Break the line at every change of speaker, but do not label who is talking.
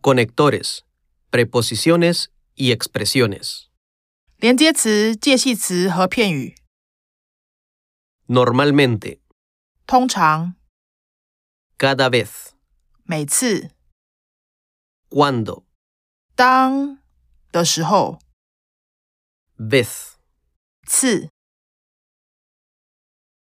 Conectores, preposiciones y expresiones.
连接词、介系词和片语，
Normalmente,
通常、
cada vez,
每次、
cuando,
当的时候、
vez.
次。